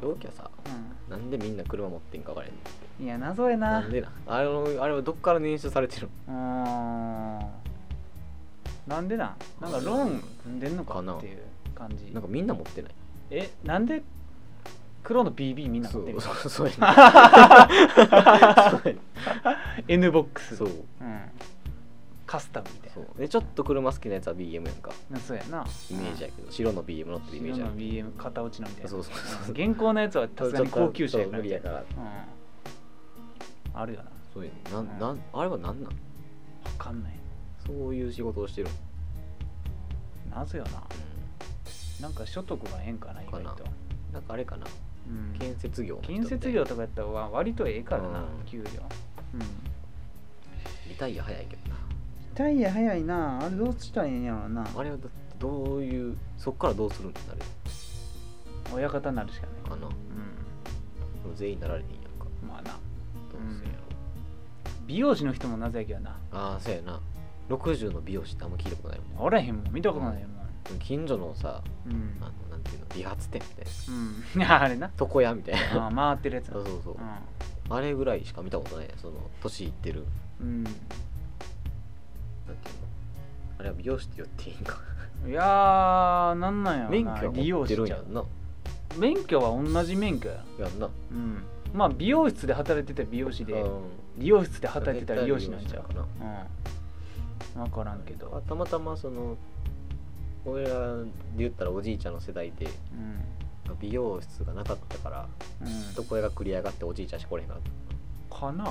B: そう陽キャさなんでみんな車持ってんか分からへんね
A: うんいや謎やな
B: なんでなあれのあれはどっから捻出されてる
A: うーんなんでなんなんかローン組んでんのか
B: かな
A: っていう感じ
B: のなんかみんな持ってない
A: えなんで黒の BB みんな
B: そ
A: 持ってるの
B: う そうそうやねそうやね
A: N ボックス
B: そう
A: うん、カスタムみたい
B: そうでちょっと車好きなやつは BM やんか
A: なそうやな
B: イメージやけど白の BM 乗ってるイメージや
A: 白の BM 片落ちのみたいな
B: そうそうそう
A: うん現行のやつはさすがに高級車や
B: そう
A: か
B: 無
A: ら
B: 理やから
A: うん、あるよな
B: そうやねなんなんあれはなんなん
A: 分かんない
B: そういう仕事をしてるん
A: なぜよななんか所得がええんかな意外
B: か
A: と
B: な、なんかあれかな
A: うん、
B: 建設業の人みたい
A: 建設業とかやったら割とええからな、
B: うん
A: 給料うん
B: リタイア早いけどな
A: タイヤ早いなあれどうしたらええんやろうな
B: あれはだってどういうそっからどうするんってなる
A: 親方になるしかない
B: かな
A: う
B: 全員なられへんやんか
A: んまあな
B: どうすんやろ、
A: 美容師の人もなぜやけどな
B: ああそうやな60の美容師ってあんま聞いたことないもん
A: おらへんもん見たことないもん
B: 近所のさ
A: うん
B: あのなんていうの理髪店みたいな
A: うん、 あれな
B: 床屋みたいな
A: あ回ってるやつな
B: そうそうそう、
A: う
B: あれぐらいしか見たことないねその年いってる
A: ん、
B: なんていうのあれは美容師って言っていいんか
A: うん、いやーなんなんやろな
B: 免許は
A: 利
B: 持
A: 用
B: って
A: し
B: るん
A: ち
B: や
A: ゃうん
B: な
A: 免許は同じ免許や、
B: やんな
A: うん、まあ美容室で働いてたら美容師で、理容室で働いてたら理容師なんちゃう
B: かな
A: うん分からんけど、
B: たまたまその俺らで言ったらおじいちゃんの世代で
A: うん
B: 美容室がなかったから
A: うん、
B: 床屋が繰り上がっておじいちゃんしか来れへんかった
A: かな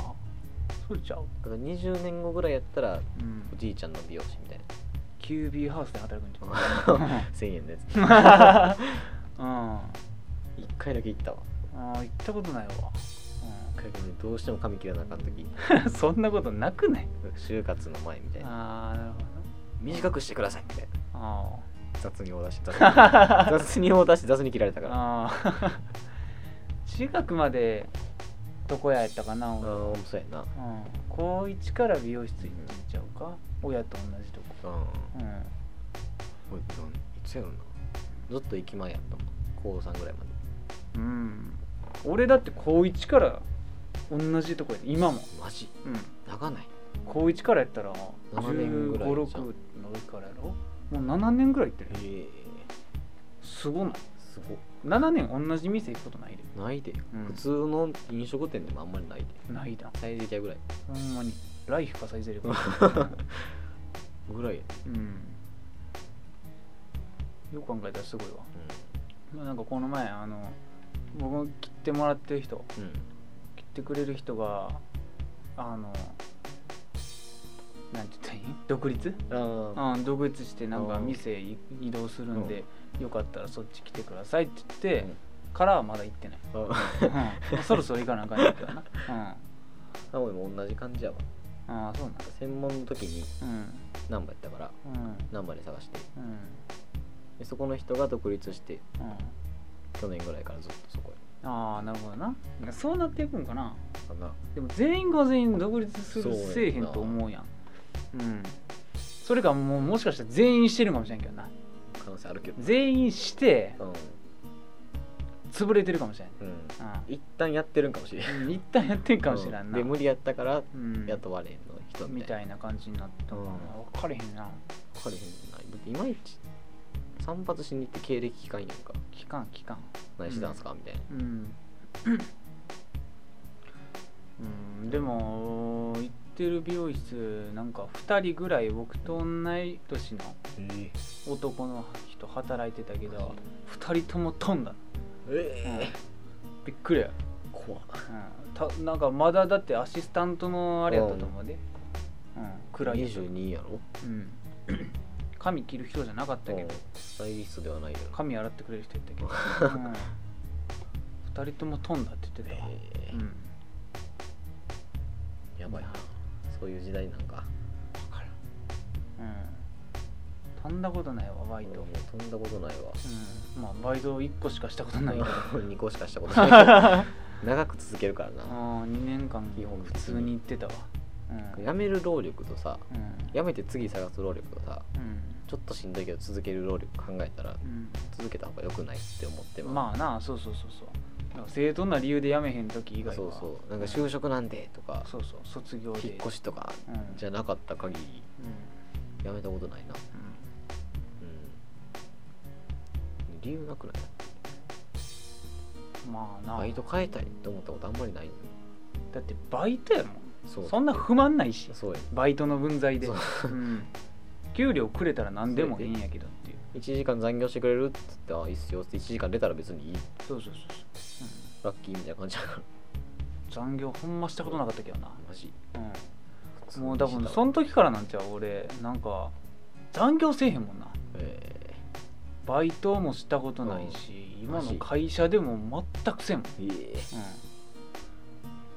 A: そうちゃう、
B: だから20年後ぐらいやったら
A: うん
B: お、じいちゃんの美容師みたい
A: キュービーハウスで働くんち
B: な
A: ゃ
B: 1000円のやつ
A: ううん
B: 一回だけ行ったわ
A: あー行ったことないわ、うん
B: 回がねどうしても髪切らなかった時
A: そんなことなくない
B: 就活の前みたいな
A: ああなるほど
B: 短くしてくださいみたいな
A: あ
B: 雑にオーダ ーして雑に
A: あ
B: 雑にオーダーして雑に切られたから
A: ああ中学までどこややったかな、
B: あ
A: 俺
B: あそうやな
A: うん、高1から美容室行ってちゃうか親と同じとこ、
B: うん
A: うん、
B: これどんいつやろなずっと駅前やったもん高3ぐらいまで
A: うん、俺だって高1から同じとこやで今も、
B: マジ
A: うん、
B: 長ない
A: 高1からやったら
B: 7年ぐらい
A: 1 5 6の時からやろもう7年ぐらい行ってるよ
B: え
A: すごない
B: すごっ
A: 7年同じ店行くことないで
B: ないで、
A: うん
B: 普通の飲食店でもあんまりないで
A: ないだ
B: 最適ぐらい
A: ほんまにライフかサイゼリ ヤ
B: ぐらいや、
A: うんよく考えたらすごいわまあなんかこの前あの僕が切ってもらってる人
B: うんうん
A: 切ってくれる人があのなんて言ったらいい独立
B: ああ
A: うん、独立してなん
B: あ
A: か
B: ー
A: 店い移動するんで、よかったらそっち来てくださいって言って、
B: うん
A: からはまだ行 ってない、うんまあ、そろそろ行かなあかんやったらな、
B: あ俺も同じ感じやわ
A: うん、ああそうなんだ
B: 専門の時に
A: うん
B: 難波やったから
A: うん
B: 難波で探して
A: うん
B: でそこの人が独立して
A: うん
B: 去年ぐらいからずっとそこ
A: ああなるほどなそうなっていくんかな
B: やかな
A: でも全員が全員独立する
B: そうやな
A: せえへんと思うやんうんそれかもうもしかしたら全員してるかもしれんけどな
B: 可能性あるけど
A: 全員して
B: うん、
A: 潰れてるかもしれん
B: うん、
A: あ
B: 一旦やってるんかもしれん
A: 一旦やってんかもしれんな、
B: で無理やったから
A: うん
B: 雇われんの人み
A: み
B: たいな
A: たいな感じになったのかな、分かれへんな
B: 分かれへんのないだっていまいち散髪しに行って経歴期間やんか
A: 期間期間
B: 何してたんすかみたいな
A: うん、うん、でも行ってる美容室なんか2人ぐらい僕と同い年の
B: え
A: 男の人働いてたけど2人とも飛んだ、うん
B: え
A: びっくりや、
B: 怖っ
A: うん、たなんかまだだってアシスタントのあれやったと思うで、うんくらいやった
B: 22やろ
A: うん、 髪切る人じゃなかったけ
B: うん
A: ど
B: スタイリストではないよ
A: 髪洗ってくれる人やったけ ど、うん、2人とも飛んだって言ってたわ、
B: え
A: うん、分
B: ーやばいなそういう時代なんか
A: からん、うん、飛んだことないわバイ
B: 俺
A: ト、
B: もう飛んだことないわ
A: うんまあバイト1個しかしたことないけ ど
B: 2個しかしたことない長く続けるからな
A: 2年間
B: 基本的に
A: 普通に行ってたわうん
B: 辞める労力とさ
A: うん
B: 辞めて次探す労力とさ
A: うん
B: ちょっとしんどいけど続ける労力考えたら続けた方が良くないって思って
A: う
B: ま
A: ん
B: す
A: まあなそうそうそうそうだから正当な理由で辞めへん時以外は
B: そうそうなんか就職なんでとか
A: そうそう卒業で
B: 引っ越しとか
A: うん
B: じゃなかった限り
A: うん
B: やめたことないな
A: うん
B: うん理由なくない
A: まあな
B: バイト変えたいって思ったことあんまりない
A: だってバイトやもん
B: そ
A: そんな不満ないし
B: そうや
A: バイトの分際で、
B: そう
A: うん、給料くれたら何でもいいんやけどっていう
B: 1時間残業してくれるっつってあいいっすよっつって1時間出たら別にいい
A: そうそうそうそう、
B: ラッキーみたいな感じだから
A: うん、残業ほんましたことなかったけどな、
B: マジ
A: うん、もう多分そ
B: ん
A: の時からなんちゃう俺なんか残業せえへんもんな
B: え
A: バイトもしたことないし
B: うん
A: 今の会社でも全くせんもん、
B: ー、え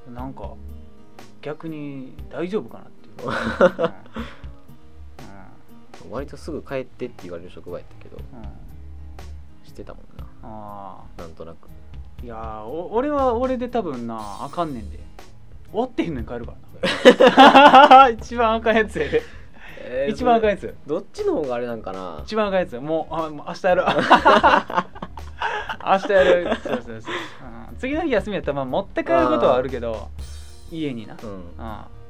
A: うん、なんか逆に大丈夫かなっていう、 うんうん
B: 割とすぐ帰ってって言われる職場やったけど
A: うん、
B: してたもんな
A: ああ
B: なんとなく
A: いやーお俺は俺で多分なあかんねんで終わってへんのに帰るからな 一番あかんやつやで一番あかんやつ
B: どっちの方があれなんかな
A: 一番あかんやつやもうあ もう明日やる明日やるそうそうそう、うん次の日休みやったらまあ持って帰ることはあるけど家にな、
B: うん
A: うん、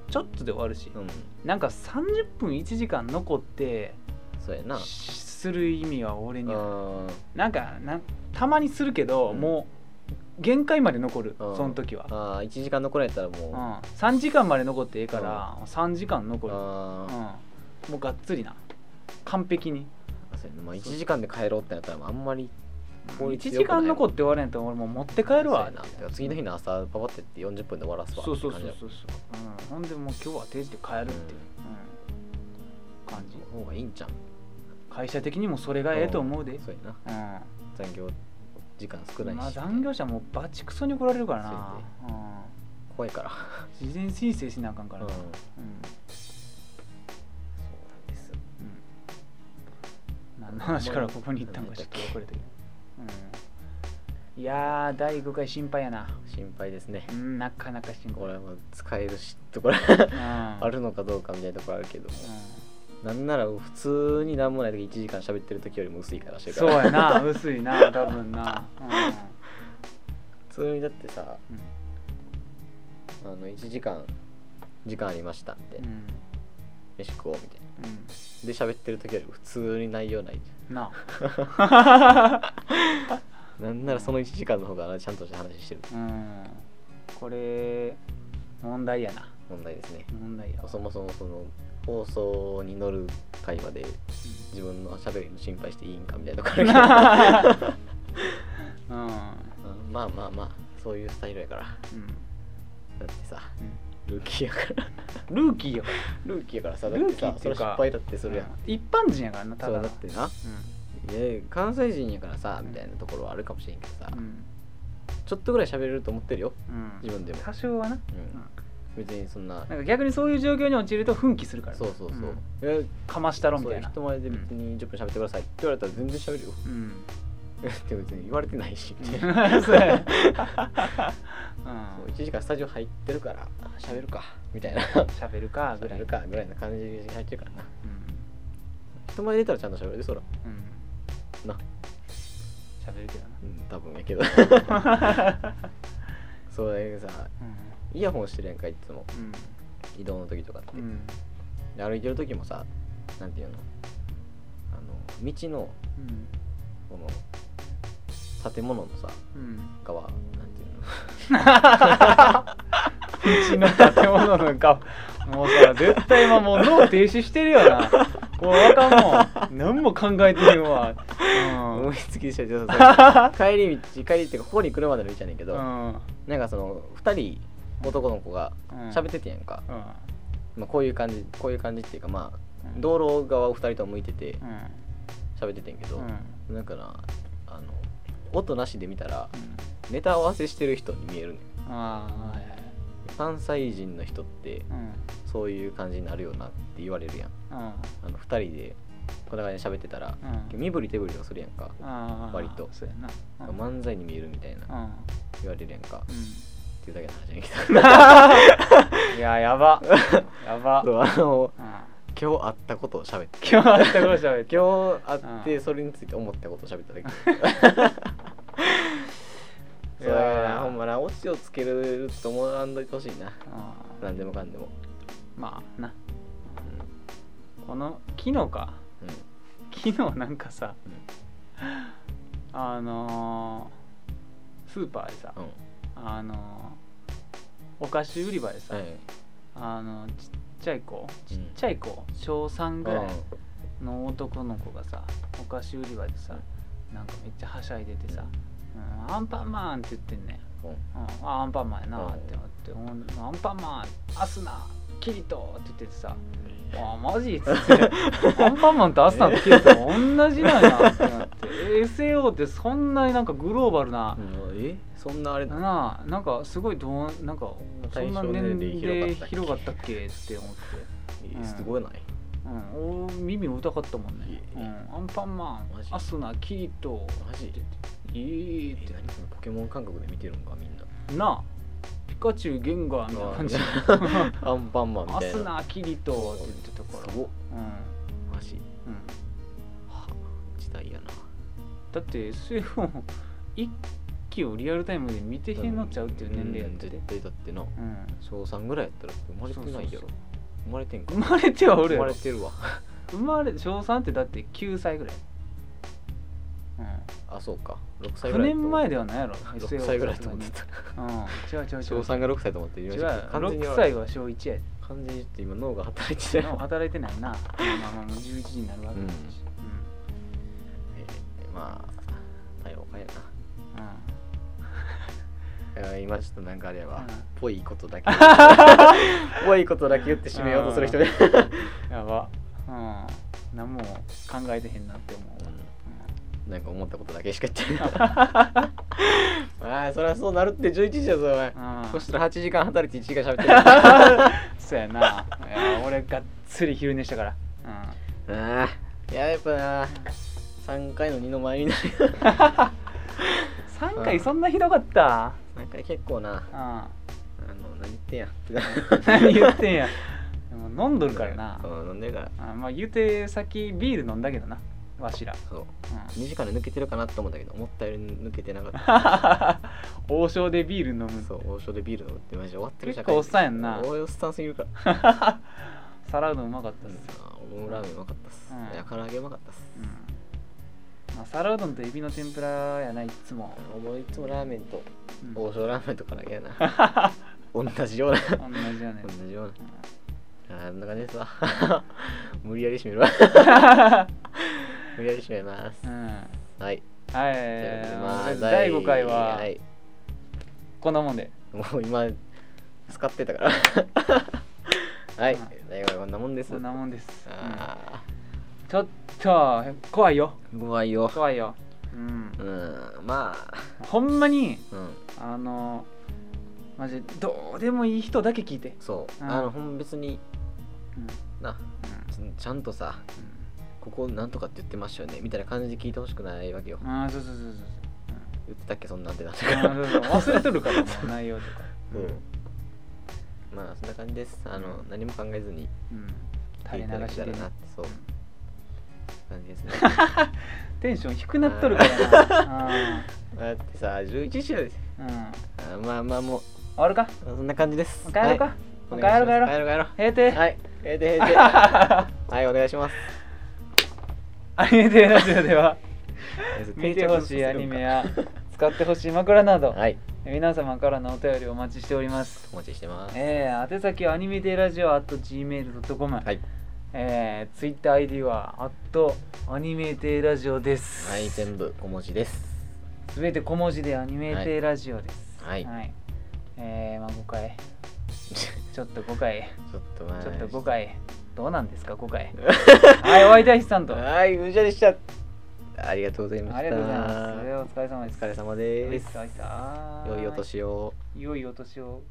A: ちょっとで終わるし、
B: うん
A: なんか30分1時間残って
B: そうやな
A: しする意味は俺には
B: あ
A: なんかなんたまにするけど、
B: うん
A: もう限界まで残る
B: うん
A: その時は
B: あ1時間残られたら
A: うん
B: も
A: 3時間まで残ってええから3時間残
B: う
A: る、うん、も
B: あ
A: うがっつりな完璧に
B: あそうやなまあ1時間で帰ろうってなったらあんまり効
A: 1
B: 率
A: 時
B: 良くない
A: 間残って終われんやったら俺もう持って帰るわ
B: そうやなてか次の日の朝パパってって40分で終わらすわ
A: そうそうそ
B: っ
A: う
B: て
A: そう
B: 感じ
A: そう、うん、ほんでもう今日は定時で帰るっていう、うん感じ
B: だの方がいいんじゃん
A: 会社的にもそれがええと思うで、うん
B: そうやな残業時間少ないし
A: まあ、残業者もバチクソに怒られるから
B: そうや
A: な、うん
B: 怖いから
A: 事前申請しなあかんから
B: うん
A: な、うん
B: そうなんです
A: うん、何の話からここに行ったんかちょっと分れてる、うん、いやー第5回心配やな、
B: 心配ですね
A: うん、なかなか心配
B: これはもう使えるしところ
A: うん
B: あるのかどうかみたいなところあるけども
A: う
B: なんなら普通になんもない時1時間喋ってる時よりも薄いからして
A: ん
B: るか
A: そう
B: ら
A: やな薄いな多分な、
B: 普通にだってさ
A: うん
B: あの1時間時間ありましたって、
A: うん
B: 飯食おうみたいな
A: うん
B: で喋ってる時より普通に内容ない
A: うん、 なあ
B: なんならその1時間の方がちゃんとした話してる
A: うんこれ問題やな
B: 問題ですね
A: 問題やわ
B: そもそもその放送に乗る会話で
A: うん
B: 自分の喋りの心配していいんかみたいなところ あるけど
A: うん、うん
B: うんまあまあまあそういうスタイルやからだってさルーキーやから
A: ルーキーやか
B: ルーキーやからさだって
A: ルー
B: さ
A: キーっ
B: そ
A: てい
B: れ
A: うか
B: 失敗だってす
A: ら
B: るやん、
A: 一般人やからなた
B: そう
A: だ
B: だ
A: の
B: ってな
A: う
B: いや関西人やからさみたいなところはあるかもしれんけどさ、
A: んうん
B: ちょっとぐらい喋れると思ってるよ
A: うん
B: 自分でも、
A: 多少はな,、
B: う
A: うん
B: ん、別にそんな
A: なんか逆にそういう状況に陥ると奮起するからな
B: そうそうそう、
A: ん
B: いや
A: かましたろみたい
B: そう
A: な
B: 人前で別に10分喋ってくださいって言われたら全然喋るよ
A: うん
B: だって別に言われてないしみたいな
A: そうや
B: そう
A: う
B: 1時間スタジオ入ってるからあ喋るかみたいな
A: ん喋るかぐら
B: 喋
A: い
B: るかぐらいな感じで入ってるから
A: う
B: な
A: ん
B: 人前出たらちゃんと喋るでそら
A: うん
B: な
A: 喋るけどな
B: うん多分やけど そうだけどさ
A: う
B: イヤホンしてるやんかいつも
A: ん
B: 移動の時とかって、
A: うんうん
B: で歩いてる時もさなんていうのあの道の
A: うん
B: この建物のさ
A: うん
B: 側なんていうの
A: うちの建物の顔もうさ絶対今もう脳停止してるよなこれあかんもん何も考えてへんわうん
B: 思いつ きでしょちょっとさ帰り道帰りっていうかここに来るまでの道やねんけど、
A: うん
B: なんかその2人男の子が
A: うん
B: 喋っててんやんか、
A: うん
B: まあ、こういう感じこういう感じっていうかまあ
A: うん
B: 道路側を2人とも向いてて
A: うん
B: 喋っててんけど
A: う、ん
B: なんかなあの音なしで見たら
A: うん
B: ネタ合わせしてる人に見えるねん
A: ああはいはい
B: 関西人の人って
A: うん
B: そういう感じになるよなって言われるやん
A: うん
B: あの2人でこんな感じで喋ってたら
A: うん
B: 身振り手振りをするやんか
A: あー
B: 割と
A: そうやなうん
B: 漫才に見えるみたいな言われるやんか
A: う
B: っていうだけの話やねん け
A: んいやや ばやば
B: どあの
A: うん
B: 今日会ったことを喋って
A: 今日あったこと喋って
B: 今日会っ
A: う
B: て
A: ん
B: それについて思ったことを喋った だけ
A: い
B: そう
A: や
B: だ
A: ー
B: からほんまなオチをつけると思わんといてほしいな
A: うん
B: 何でもかんでも
A: まあな
B: う
A: この昨日か
B: んうん
A: 昨日なんかさ、あのースーパーでさ、
B: うん
A: あのーお菓子売り場でさ、
B: はい
A: あのちっちゃい子
B: ちっ
A: ちっちゃい子小3ぐらい
B: うん
A: の男の子がさお菓子売り場でさなんかめっちゃはしゃいでてさ「うん、アンパンマン」って言ってんね、
B: うん
A: うん、あアンパンマンやなって思って「うんアンパンマンアスナキリト」って言っててさ「あマジ?」っつ って「アンパンマンとアスナとキリト同じなんや」ってなって SAO ってそんなになんかグローバルな、
B: うんえそんなあれな
A: なあなんかすごいどうなんかそんな年齢広がったっけって思って、
B: えすごいない
A: うん、お耳も疑ったもんね、
B: え
A: う
B: え
A: ん、アンパンマ
B: マジ
A: ンアスナキリト
B: マジ
A: いいっ
B: え
A: て
B: 何そのポケモン感覚で見てるんかみんな
A: なあピカチュウゲンガーみたいな感じ
B: あアンパンマン み
A: ア
B: たい
A: ス
B: な
A: ナキリトって言ってたから
B: すごっ
A: うん
B: マジ
A: うん、
B: は時代やな
A: だって SF を一期をリアルタイムで見てへんのちゃうっていう年齢やって
B: うん
A: て
B: 絶、対だってな
A: うん、
B: 小3ぐらいやったら生まれてないや
A: そうそうそ
B: ろ
A: う
B: 生まれてんか
A: 生まれてはおる
B: 生
A: や
B: ま
A: ろ
B: れてるわ
A: 生まれ小3ってだって9歳ぐらい、
B: あそうか6
A: う
B: 歳
A: ん、
B: ぐ
A: 9
B: らい
A: 年前ではないやろ
B: 6歳ぐらい と思ってた
A: た、うん、違う違う違う
B: 小3が6歳と思って
A: 違
B: る
A: う6歳は小1や
B: 完全にちょっと今脳が 働いてない
A: の働いてないなまあまあもう11時になるわけだし、
B: えーまあ対応かや
A: うんうん
B: なえー今ちょっとなんかあれば
A: うん
B: ぽいこ とだけぽいことだけ言って締めようとする人ね
A: やばうん何も考えてへんなって思う、うん
B: なんか思ったことだけしか言っ てないああそりゃそうなるって11時だぞお前
A: うん
B: そしたら8時間働いて1時間喋ってるあ
A: そうやないや俺がっつり昼寝したから、
B: あいややっぱな3回の2の前になる
A: うん、3回そんなひどかった、
B: 3回結構 な
A: うん、
B: あの何言ってんや
A: 何言ってん やでも飲んどるからな、
B: うん飲んでるから
A: あまあ言うて先ビール飲んだけどなわしら、
B: そう
A: う
B: 2時間で抜けてるかなって思ったけど思ったより抜けてな かった
A: ん、王将でビール飲む
B: そう王将でビール飲むってマジで終わってる
A: 結構おっさんやんな
B: おいおっさんすぎるから
A: 皿うどんうまかったっす、
B: オムラーメンうまかったっす、
A: うん
B: いや唐揚げうまかったっす、
A: うんまあ、皿うどんとエビの天ぷらやないっつも、
B: お前いつもラーメンと
A: うん
B: 王将ラーメンと唐揚げやな
A: 同
B: 同じような
A: じやね
B: 同じよう
A: うん
B: なあんな感じですわ 無理やり締めるわ 無理やり締めます、
A: うんはい、
B: はい、
A: えー、
B: まあ
A: 第5回はいこんなもんで
B: もう今使ってたから はい、
A: うん
B: 第5回こんなもんです
A: こんなもんです、うん
B: あ
A: ちょっと怖いよ
B: ー怖いよ
A: 怖いよ、うん
B: う、んまあ
A: ほんまに
B: うん
A: あのマジどうでもいい人だけ聞いて、
B: そう、
A: うん
B: あのほん別に
A: うんうん
B: なちちゃんとさここなんとかって言ってましたよねみたいな感じで聞いてほしくないわけよ
A: うん、ああそうそうそうそう
B: 言ってたっけそんなんってなった
A: そう
B: か
A: あー
B: ら
A: そうそう忘れとる からもう内容とか
B: うんまあそんな感じですあの何も考えずに
A: うん
B: 聞
A: 垂れ
B: いていただ
A: 流
B: け
A: したで
B: ら
A: ね
B: なってそう
A: うん
B: 感じです ね
A: テンション低くなっとるから な
B: だってさ11時だよ
A: うんうん終
B: あまあまあもう
A: わるか
B: そんな感じです
A: もう帰ろうか、
B: はい
A: も
B: お
A: う帰
B: 願
A: ろ
B: いうします
A: 帰
B: 帰
A: ろう
B: ろう帰ろう
A: 閉店、
B: はい閉 店閉店はいお願いします
A: アニメテレラジオで は見てほしいアニメ
B: や
A: や使ってほしい枕など、
B: はい
A: 皆様からのお便りをお待ちしております
B: お待ちしてます
A: えー、宛先はアニメテラジオ at gmail.com、
B: はい
A: えー、TwitterID は at アニメテラジオです
B: はい全部小文字です
A: すべて小文字でアニメテラジオです
B: はい
A: えー、まあ5回 ちょっと5回
B: ちょっとまあ
A: ちょっと5回どうなんですか5回 はいお会いたいさんとあ
B: はい、無茶でした。ありがとうございました。
A: りがとうございますお疲れ様です
B: お疲れ様
A: おい
B: で
A: っ
B: す
A: す。おいっす
B: 良いお年を。
A: 良いお年を